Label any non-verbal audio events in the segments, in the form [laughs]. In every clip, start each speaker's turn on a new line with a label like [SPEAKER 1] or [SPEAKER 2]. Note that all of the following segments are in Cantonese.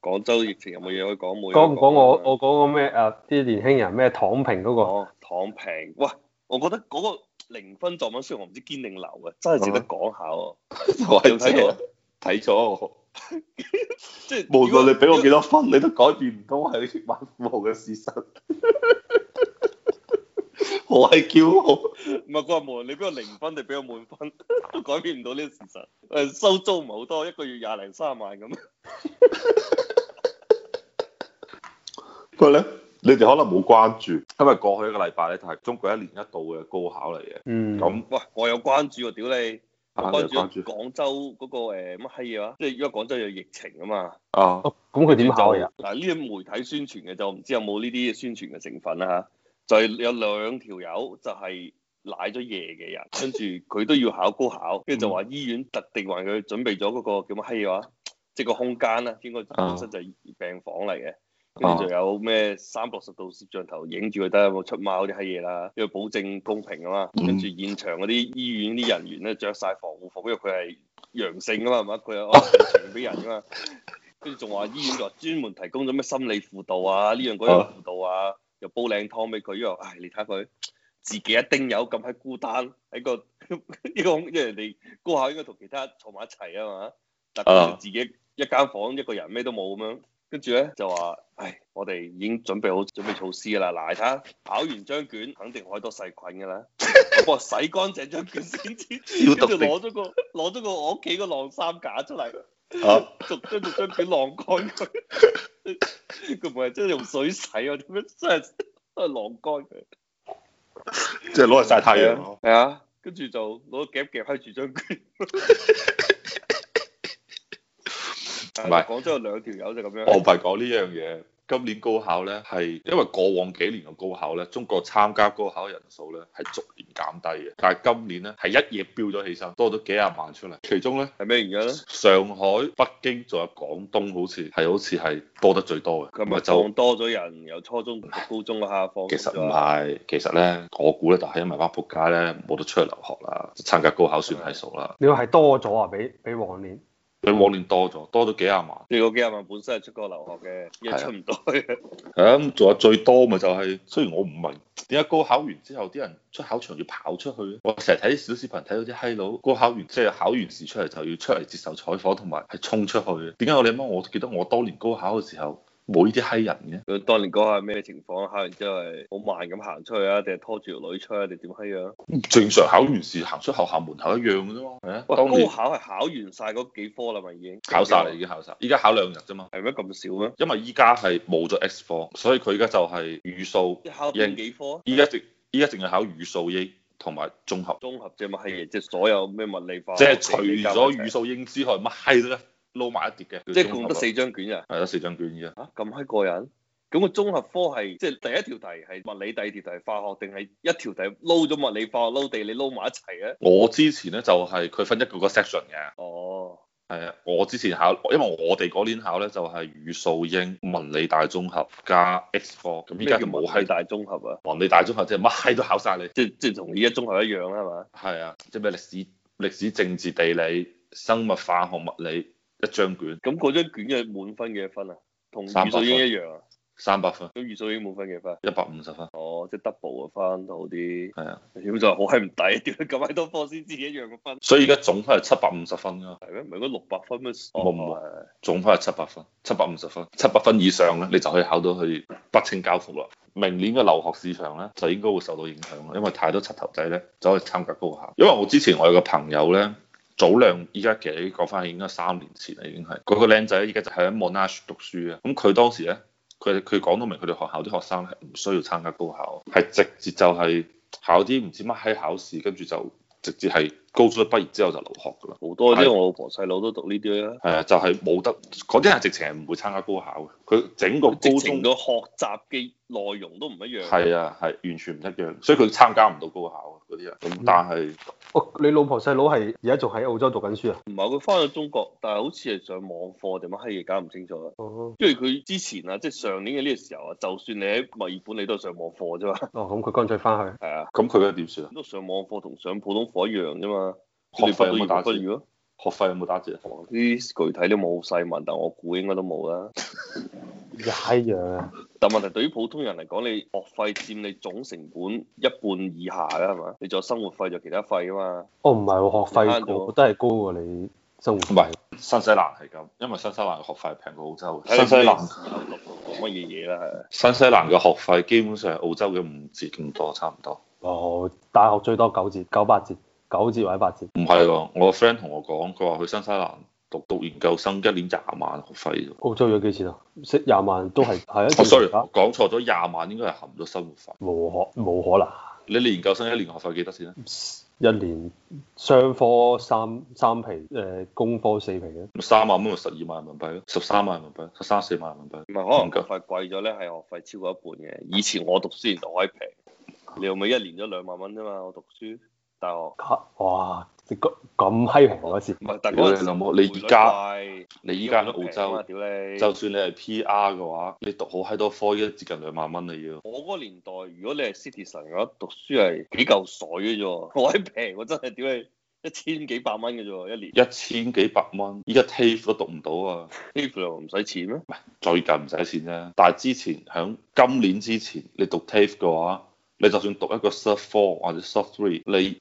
[SPEAKER 1] 廣州疫情有冇嘢可以講？冇嘢
[SPEAKER 2] 講唔講
[SPEAKER 1] 講
[SPEAKER 2] 我
[SPEAKER 1] 啊
[SPEAKER 2] 我講個咩啊？啲年輕人咩躺平嗰個？
[SPEAKER 1] 哦，躺平，喂，我覺得嗰個零分作文雖然我唔知堅定流啊，真係值得講下喎。
[SPEAKER 3] 我係睇過睇咗我，
[SPEAKER 1] 即係
[SPEAKER 3] 無論你俾我幾
[SPEAKER 1] 多，
[SPEAKER 3] 多分，你都改變唔到係玩富豪嘅事實。 [laughs] 我係驕傲，
[SPEAKER 1] 唔係佢話無論你俾我零分定俾我滿分， [laughs] 都改變唔到呢個事實。誒收租唔係好多，一個月廿零三萬咁。
[SPEAKER 3] 不過咧，你哋可能冇關注，因為過去一個禮拜咧，就係中國一年一度嘅高考嚟嘅。
[SPEAKER 2] 嗯，
[SPEAKER 3] 咁
[SPEAKER 1] 喂，我有關注喎，屌你！我
[SPEAKER 3] 啊，你
[SPEAKER 1] 關
[SPEAKER 3] 有關注
[SPEAKER 1] 注廣州嗰個誒乜閪嘢話，即係因為廣州有疫情啊嘛。
[SPEAKER 3] 啊？
[SPEAKER 2] 哦咁佢點考呀？
[SPEAKER 1] 嗱，呢啲媒體宣傳嘅就唔知有冇呢啲宣傳嘅成分啦嚇，就係、有兩條友就係賴咗夜嘅人，跟住佢都要考高考，跟住就話醫院特定為佢準備咗嗰個叫乜閪話，即係個空間啦，應該本身就係病房嚟嘅。跟住就有咩三百六十度攝像頭影住佢睇下有冇啊出貓啲閪嘢啦，因為保證公平啊嘛。
[SPEAKER 3] 嗯
[SPEAKER 1] 跟住現場嗰啲醫院啲人員咧着晒防護服，因為佢係陽性啊嘛，係咪？佢又哦傳俾人啊嘛。跟住仲話醫院就話專門提供咗咩心理輔導啊，呢樣嗰樣
[SPEAKER 3] 啊
[SPEAKER 1] 輔導啊，又煲靚湯俾佢，因為唉你睇下佢自己一丁友咁喺孤單喺個 [laughs] 呢個，因為人哋高考應該同其他坐埋一齊啊嘛，但佢
[SPEAKER 3] 啊
[SPEAKER 1] 自己一間房一個人咩都冇咁樣。跟住咧就話，唉，我哋已經準備好準備措施㗎啦。嗱，睇下考完張卷，肯定好多細菌㗎
[SPEAKER 3] [laughs]
[SPEAKER 1] 啦。我洗乾淨張卷先知，
[SPEAKER 3] 消
[SPEAKER 1] 跟
[SPEAKER 3] 毒
[SPEAKER 1] 住
[SPEAKER 3] 定
[SPEAKER 1] 攞咗個攞咗個我屋企個晾衫架出嚟，
[SPEAKER 3] 啊？
[SPEAKER 1] 逐張逐張卷晾乾佢。佢唔係真係用水洗啊，點樣真係真係晾乾佢？
[SPEAKER 3] 即係攞嚟曬太陽咯。
[SPEAKER 1] 係啊，跟住就攞個夾夾喺住張卷。
[SPEAKER 3] 唔係
[SPEAKER 1] 廣啊州有兩條友就咁
[SPEAKER 3] 我
[SPEAKER 1] 樣。
[SPEAKER 3] 唔係講呢樣嘢。今年高考呢，係因為過往幾年嘅高考呢，中國參加高考人數呢係逐年減低嘅，但係今年呢，係一夜飆咗起身，多咗幾廿萬出嚟。其中呢，
[SPEAKER 1] 係咩原因咧？
[SPEAKER 3] 上海、北京仲有廣東，好似係好似係多得最多嘅。
[SPEAKER 1] 佢咪
[SPEAKER 3] 就
[SPEAKER 1] 放啊多咗人，由初中讀高中嗰下放。啊
[SPEAKER 3] 其實唔係，其實呢，我估呢，就係因為班仆街呢冇得出去留學啦，參加高考算係數啦。
[SPEAKER 2] 你話係多咗啊？比比往年
[SPEAKER 3] 佢往年多咗，多咗幾廿萬。
[SPEAKER 1] 你嗰幾廿萬本身係出國留學
[SPEAKER 3] 啊
[SPEAKER 1] 嘅，而家出唔到去。 [laughs]
[SPEAKER 3] 係啊，咁仲有最多咪就係、雖然我唔明點解高考完之後啲人出考場要跑出去咧，我成日睇啲小視頻睇到啲閪佬高考完即係考完試出嚟就要出嚟接受採訪同埋係衝出去。點解我哋媽我記得我當年高考嘅時候冇呢啲閪人嘅？
[SPEAKER 1] 佢當年嗰下係咩情況？考完之後係好慢咁行出去啊，定係拖住條女出去啊，定點閪樣？
[SPEAKER 3] 正常考完試行出學校門口一樣嘅啫嘛。係啊，
[SPEAKER 1] 喂，
[SPEAKER 3] 當年
[SPEAKER 1] 高考係考完晒嗰幾科啦嘛，已經
[SPEAKER 3] 考晒啦已經考晒，依家考兩日啫嘛。
[SPEAKER 1] 係咩咁少咩？
[SPEAKER 3] 因為依家係冇咗 X 科，所以佢依家就係語數
[SPEAKER 1] 即，係考邊幾科啊？
[SPEAKER 3] 依家淨依家淨係考語數英同埋綜合。
[SPEAKER 1] 綜合啫嘛，係即係所有咩物理化。
[SPEAKER 3] 即係除咗語
[SPEAKER 1] 語，
[SPEAKER 3] 數英之外，乜閪都咧撈埋一碟嘅。
[SPEAKER 1] 即係共得四張卷啊！
[SPEAKER 3] 係得四張卷啫。
[SPEAKER 1] 嚇咁閪過癮。咁個綜合科係即係第一條題係物理，第二條題係化學，定係一條題撈咗物理、化學撈地理撈埋一齊嘅？
[SPEAKER 3] 我之前咧就係佢分一個個 section 嘅，
[SPEAKER 1] 哦。
[SPEAKER 3] 係啊，我之前考，因為我哋嗰年考咧就係語數英、文理大綜合加 X 科，咁依
[SPEAKER 1] 咩
[SPEAKER 3] 家
[SPEAKER 1] 叫
[SPEAKER 3] 就冇
[SPEAKER 1] 冇閪
[SPEAKER 3] 閪大
[SPEAKER 1] 大綜合啊？
[SPEAKER 3] 文理大綜合，即係乜閪都考晒你。
[SPEAKER 1] 即即同依家綜合一樣啦，係嘛？
[SPEAKER 3] 係啊，即係咩歷史、歷史、政治、地理、生物、化學、物理一張卷
[SPEAKER 1] 咁嗰張卷嘅滿分幾多分啊？同語
[SPEAKER 3] 300
[SPEAKER 1] 數英一樣啊？
[SPEAKER 3] 三百分，
[SPEAKER 1] 咁語數英滿分幾多分？
[SPEAKER 3] 一百五十分，
[SPEAKER 1] 哦，即 double 嘅分都好啲。
[SPEAKER 3] 係啊，
[SPEAKER 1] 咁就好閪唔抵，點解咁閪多科先知一樣嘅分？
[SPEAKER 3] 所以而家總分係七百五十分㗎。
[SPEAKER 1] 係咩？唔係嗰六百分咩？
[SPEAKER 3] 冇冇
[SPEAKER 1] 哦
[SPEAKER 3] 總分係七百分，七百五十分，七百分以上咧，你就可以考到去北清交付啦。明年嘅留學市場咧，就應該會受到影響啦，因為太多柒頭仔咧走去參加高考。因為我之前我有個朋友咧，早兩依家其實講翻係應該三年前啦，已經係嗰、個僆仔依家就喺 Monash 讀書啊。咁佢當時咧，佢佢講到明佢哋學校啲學生係唔需要參加高考，係直接就係考啲唔知乜閪考試，跟住就直接係高中畢業之後就留學㗎啦。
[SPEAKER 1] 好多
[SPEAKER 3] 係
[SPEAKER 1] 啲我老婆細佬都讀呢啲啦。
[SPEAKER 3] 係啊，就係冇得嗰啲人直情係唔會參加高考嘅，佢整個
[SPEAKER 1] 直
[SPEAKER 3] 高
[SPEAKER 1] 情
[SPEAKER 3] 中
[SPEAKER 1] 個學習嘅內容都唔一樣。
[SPEAKER 3] 係啊係完全唔一樣，所以佢參加唔到高考嗰啲人。咁但係
[SPEAKER 2] 哦，你老婆細佬係而家仲喺澳洲讀緊書啊？
[SPEAKER 1] 唔係佢翻咗中國，但係好似係上網課定乜閪嘢，搞唔清楚啦。啊
[SPEAKER 2] 哦，
[SPEAKER 1] 因為佢之前啊，即係上年嘅呢個時候啊，就算你喺墨爾本，你都係上網課啫嘛。
[SPEAKER 2] 哦，咁佢乾脆翻去。
[SPEAKER 1] 係啊。
[SPEAKER 3] 咁佢嘅點算啊？
[SPEAKER 1] 都上網課同上普通課一樣啫嘛，
[SPEAKER 3] 學
[SPEAKER 1] 你不
[SPEAKER 3] 費
[SPEAKER 1] 到
[SPEAKER 3] 有冇
[SPEAKER 1] 二
[SPEAKER 3] 打
[SPEAKER 1] 不
[SPEAKER 3] 折？
[SPEAKER 1] 如咯。
[SPEAKER 3] 學費有冇打折？啊
[SPEAKER 1] 呢啲具體都冇細問，但我估應該都冇啦。
[SPEAKER 2] 曳樣啊！
[SPEAKER 1] 但問題對於普通人嚟講，你學費佔你總成本一半以下啦，係嘛？你仲有生活費，仲有其他費啊嘛。
[SPEAKER 2] 哦，唔係喎，學
[SPEAKER 1] 慳
[SPEAKER 2] 費
[SPEAKER 1] 咗
[SPEAKER 2] 我覺得係高過你生活
[SPEAKER 3] 唔
[SPEAKER 2] 費
[SPEAKER 3] 係。新西蘭係咁，因為新西蘭嘅學費係平過澳洲嘅。
[SPEAKER 1] 睇
[SPEAKER 3] 新
[SPEAKER 1] 你
[SPEAKER 3] 西蘭
[SPEAKER 1] 落講乜嘢嘢啦，係。
[SPEAKER 3] 新西蘭嘅學費基本上係澳洲嘅五折咁多，差唔多。
[SPEAKER 2] 哦，大學最多九折、九八折、九折或者八折。
[SPEAKER 3] 唔係喎，我個 friend 同我講，佢話去新西蘭讀讀研究生一年廿萬學費啫。
[SPEAKER 2] 澳洲要幾錢啊？識廿萬都係係啊
[SPEAKER 3] 哦
[SPEAKER 2] 一
[SPEAKER 3] ，sorry，我講錯咗，廿萬應該係含咗生活費。
[SPEAKER 2] 冇可冇可能。
[SPEAKER 3] 你研究生一年學費幾多錢啊？
[SPEAKER 2] 一年雙科三三皮，誒、工科四皮啊嘅。
[SPEAKER 3] 三萬蚊咪十二萬人民幣咯，十三萬人民幣，十三四萬人民幣。
[SPEAKER 1] 唔係
[SPEAKER 3] 唔
[SPEAKER 1] 可
[SPEAKER 3] 夠
[SPEAKER 1] 能學費貴咗咧，係學費超過一半嘅。以前我讀書年代可以平，你又咪一年咗兩萬蚊啫嘛？我讀書大學唔
[SPEAKER 2] 嚇哇！你咁咁閪平嗰次，
[SPEAKER 1] 係，但
[SPEAKER 3] 屌
[SPEAKER 1] 嗰
[SPEAKER 3] 你
[SPEAKER 1] 陣時
[SPEAKER 3] 老母！你而家
[SPEAKER 1] 家
[SPEAKER 3] 你依家喺澳洲，
[SPEAKER 1] 啊屌你！
[SPEAKER 3] 就算你係 P.R. 嘅話，你讀好閪多科，依家接近兩萬蚊你要。
[SPEAKER 1] 我嗰個年代，如果你係 citizen 嘅話，讀書係幾嚿水嘅啫喎， [laughs] 我喺平，我真係屌你一千幾百蚊嘅啫喎，一年
[SPEAKER 3] 一千幾百蚊，依家 TAFE 都讀唔到啊！
[SPEAKER 1] [laughs] 呢份又唔使錢咩？
[SPEAKER 3] 最近唔使錢啫，但係之前響今年之前，你讀 TAFE 嘅話，你就算讀一個 Sub Four 或者 Sub Three，你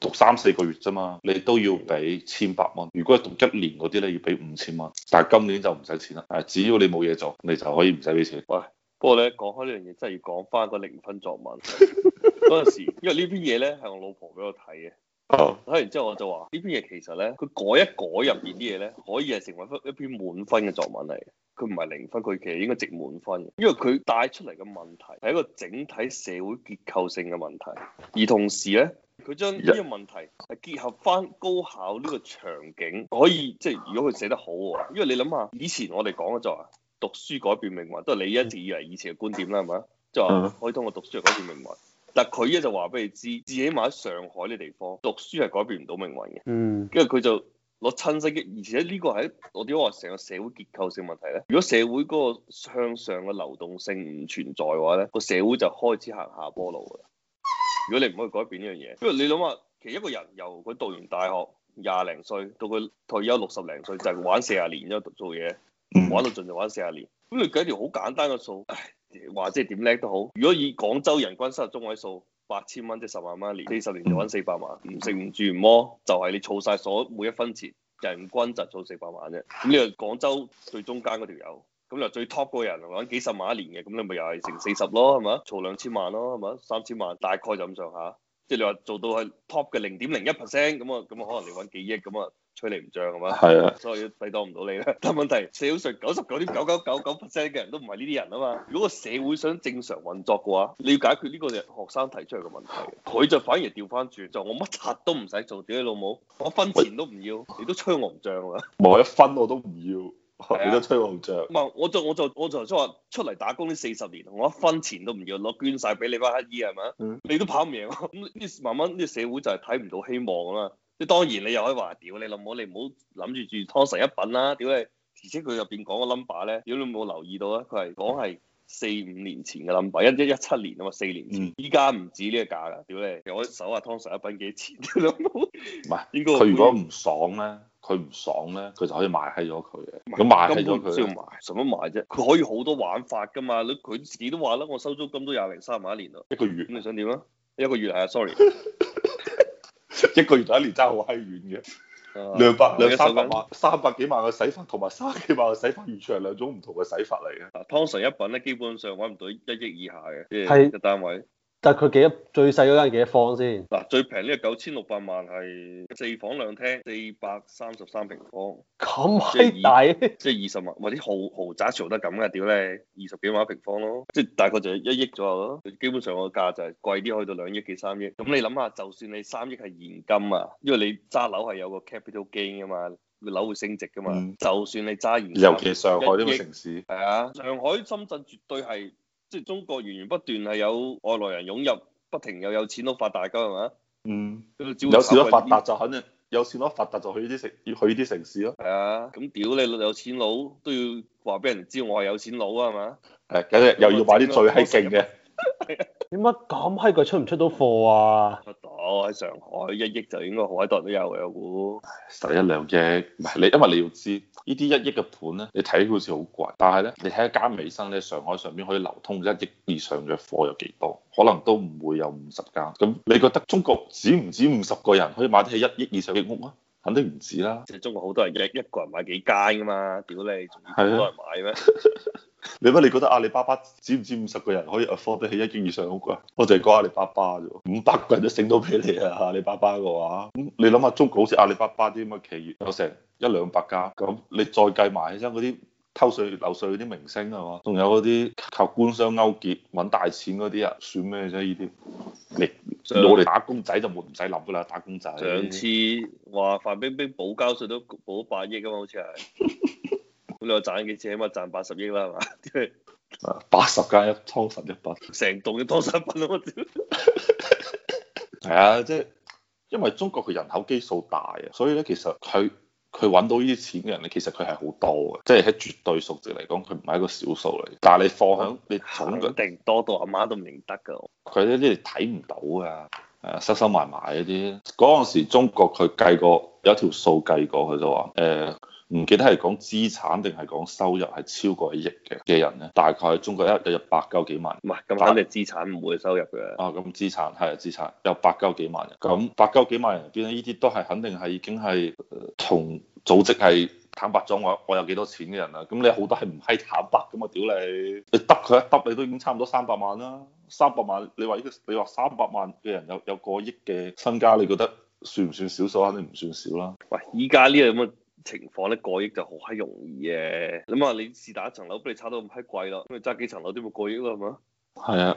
[SPEAKER 3] 讀三四個月啫嘛，你都要俾千百蚊。如果係讀一年嗰啲咧，要俾五千蚊。但係今年就唔使錢啦，誒，只要你冇嘢做，你就可以唔使俾錢。
[SPEAKER 1] 不過咧，講開呢樣嘢，真係要講翻個零分作文 [laughs] 嗰陣時，因為呢篇嘢咧係我老婆俾我睇嘅。睇完之後我就話呢篇嘢其實咧，佢改一改入邊啲嘢咧，可以係成為一篇滿分嘅作文嚟嘅。佢唔係零分，佢其實應該值滿分嘅，因為佢帶出嚟嘅問題係一個整體社會結構性嘅問題，而同時咧，佢將呢個問題係結合翻高考呢個場景，可以即係如果佢寫得好嘅話，因為你諗下，以前我哋講嘅就話讀書改變命運，都係你一直以嚟以前嘅觀點啦，係咪？即係
[SPEAKER 3] 嗯
[SPEAKER 1] 話可以通過讀書嚟改變命運。但佢咧就話俾你知，至起碼喺上海呢地方讀書係改變唔到命運嘅，
[SPEAKER 2] 嗯，
[SPEAKER 1] 跟住佢就攞親身嘅，而且呢個係我點解話成個社會結構性問題咧？如果社會嗰個向上嘅流動性唔存在嘅話咧，個社會就開始行下坡路㗎啦。如果你唔可以改變呢樣嘢，因為你諗下，其實一個人由佢讀完大學廿零歲到佢退休六十零歲，就係玩四十年啫，做嘢。玩到盡就玩四十年。咁你計條好簡單嘅數，唉，話即係點叻都好。如果以廣州人均收入中位數八千蚊，即係十萬蚊一年，四十年就揾四百萬，唔食唔住唔摸，就係、你儲晒所每一分錢，人均就儲四百萬啫。咁你話廣州最中間嗰條友。咁你話最 top 嗰個人揾幾十萬一年嘅，咁你咪又係成四十咯，係咪啊？儲兩千萬咯，係咪啊？三千萬大概就咁上下。即係你話做到係 top 嘅零點零一 percent 咁啊，咁啊可能你揾幾億咁啊，吹你唔漲係嘛？
[SPEAKER 3] 係啊，
[SPEAKER 1] 所以抵擋唔到你啦。但 [laughs] 問題社會上九十九點九九九九 percent 嘅人都唔係呢啲人啊嘛。如果個社會想正常運作嘅話，你要解決呢個學生提出嚟嘅問題，佢就反而調翻轉，就我乜柒都唔使做，屌你老母，我分錢都唔要，你都吹我唔漲啊！
[SPEAKER 3] 冇一分我都
[SPEAKER 1] 係
[SPEAKER 3] 唔要，
[SPEAKER 1] 啊
[SPEAKER 3] 你都吹我唔着。
[SPEAKER 1] 唔係，我就我就我就即話出嚟打工呢四十年，我一分錢都唔要，攞捐晒俾你班乞衣係咪啊
[SPEAKER 3] 嗯
[SPEAKER 1] 你都跑唔贏 [laughs] 我。咁呢慢慢呢個社會就係睇唔到希望啦。即係當然你又可以話：屌你老母，你唔好諗住住湯臣一品啦！屌你，而且佢入邊講個 number 咧，屌你冇留意到啊！佢係講係四五年前嘅 number，一一一七年啊嘛，四年前
[SPEAKER 3] 嗯。
[SPEAKER 1] 依家唔止呢個價啦，屌你！其實我搜下湯臣一品幾錢， [laughs] 屌你老母。
[SPEAKER 3] 唔係，
[SPEAKER 1] 應該
[SPEAKER 3] 佢如果唔爽咧，佢唔爽咧，佢就可以賣閪咗佢啊嘅。咁賣
[SPEAKER 1] 根本
[SPEAKER 3] 閪咗
[SPEAKER 1] 唔需要
[SPEAKER 3] 佢，
[SPEAKER 1] 買，使乜買啫？佢可以好多玩法噶嘛，你佢自己都話啦，我收租金都廿零三萬一年咯，
[SPEAKER 3] 一個月
[SPEAKER 1] 咁你想點啊？一個月係啊，sorry，
[SPEAKER 3] [laughs] 一個月就一年爭好閪遠嘅。
[SPEAKER 1] 兩
[SPEAKER 3] 兩百
[SPEAKER 1] 我而
[SPEAKER 3] 兩
[SPEAKER 1] 家
[SPEAKER 3] 三
[SPEAKER 1] 手
[SPEAKER 3] 百
[SPEAKER 1] 緊
[SPEAKER 3] 萬、三百幾萬嘅洗法，同埋三十幾萬嘅洗法，完全係兩種唔同嘅洗法嚟嘅。
[SPEAKER 1] 啊湯臣一品咧，基本上揾唔到一億以下嘅，即係
[SPEAKER 2] 係
[SPEAKER 1] 一個單位。
[SPEAKER 2] 但係佢幾多最細嗰間幾多方先？
[SPEAKER 1] 嗱，最平呢個九千六百萬係四房兩廳，四百三十三平方，
[SPEAKER 2] 咁閪大，
[SPEAKER 1] 即係二十萬或者豪豪宅潮得咁嘅，屌你，二十幾萬一平方咯，即係大概就係一億左右咯。基本上個價就係貴啲，去到兩億幾三億。咁你諗下，就算你三億係現金啊，因為你揸樓係有個 capital gain 噶嘛，個樓會升值噶嘛。
[SPEAKER 3] 嗯
[SPEAKER 1] 就算你揸現金，
[SPEAKER 3] 尤其上海呢個城市，
[SPEAKER 1] 係啊，上海、深圳絕對係，即係中國源源不斷係有外來人湧入，不停又有錢佬發達噶係嘛？
[SPEAKER 3] 嗯，
[SPEAKER 1] 佢只會
[SPEAKER 3] 有錢佬
[SPEAKER 1] 炒貴
[SPEAKER 3] 發
[SPEAKER 1] 啲
[SPEAKER 3] 達就肯定有錢佬發達就去呢啲城，要去呢啲城市咯。
[SPEAKER 1] 係啊，咁屌你有錢佬都要話俾人知我係有錢佬啊，係嘛？
[SPEAKER 3] 誒，梗係又要買啲最閪勁嘅，
[SPEAKER 2] 點解咁閪佢出唔出到貨啊？
[SPEAKER 1] 得到哦喺上海一億就應該好閪多人都有嘅，我估。
[SPEAKER 3] 十一兩億，唔係你，因為你要知呢啲一億嘅盤咧，你睇好似好貴，但係咧，你睇一間美生咧，上海上邊可以流通一億以上嘅貨有幾多？可能都唔會有五十間。咁你覺得中國止唔止五十個人可以買得起一億以上嘅屋啊？肯定唔止啦。
[SPEAKER 1] 即係中國好多人一一個人買幾間噶嘛，屌你，仲要好多人買咩？
[SPEAKER 3] 你乜你覺得阿里巴巴止唔止五十個人可以 afford 得起一億以上屋啊？我就係講阿里巴巴啫喎，五百個人都升到俾你啊！ [laughs] 阿里巴巴嘅話，咁你諗下中國好似阿里巴巴啲咁嘅企業有成一兩百家，咁你再計埋起身嗰啲。偷税漏税嗰啲明星啊係嘛，仲有嗰啲靠官商勾結揾大錢嗰啲啊，算咩啫？呢啲你我哋打工仔就冇唔使諗噶啦，打工仔。
[SPEAKER 1] 上次話范冰冰補交税都補八億噶嘛，好似係。咁你話賺幾次？起碼賺八十億啦，係嘛？屌你
[SPEAKER 3] 八十間一湯十一品。
[SPEAKER 1] 成棟嘅多產品啊！我屌。
[SPEAKER 3] 係啊，即係因為中國佢人口基數大啊，所以咧其實佢佢揾到呢啲錢嘅人咧，其實佢係好多嘅，即係喺絕對數值嚟講，佢唔係一個少數嚟。但係你放響你總
[SPEAKER 1] 肯，
[SPEAKER 3] 嘅
[SPEAKER 1] 定多到阿媽都唔認得㗎。
[SPEAKER 3] 佢呢啲你睇唔到啊，誒收收埋埋嗰啲。嗰陣時中國佢計過有一條數計過，佢就話誒。唔記得係講資產定係講收入係超過一億嘅嘅人咧，大概中國一日有百九幾萬
[SPEAKER 1] 唔係，咁肯定資產唔會收入嘅。
[SPEAKER 3] 啊，咁資產係資產有百鳩幾萬人，咁百鳩幾萬人入邊咧，呢啲都係肯定係已經係呃同組織係坦白咗我我有幾多錢嘅人啦。咁你好多係唔係坦白噶嘛？屌你，你揼佢一揼，你都已經差唔多三百萬啦。三百萬，你話呢個你話三百萬嘅人有有過億嘅身家，你覺得算唔算少數？啊肯定唔算少啦。
[SPEAKER 1] 喂，依家呢個咁嘅情況咧，過億就好閪容易啊嘅。諗下你是但一層樓俾你炒到咁閪貴啦，咁你揸幾層樓都冇過億啦，係嘛？
[SPEAKER 3] 係啊，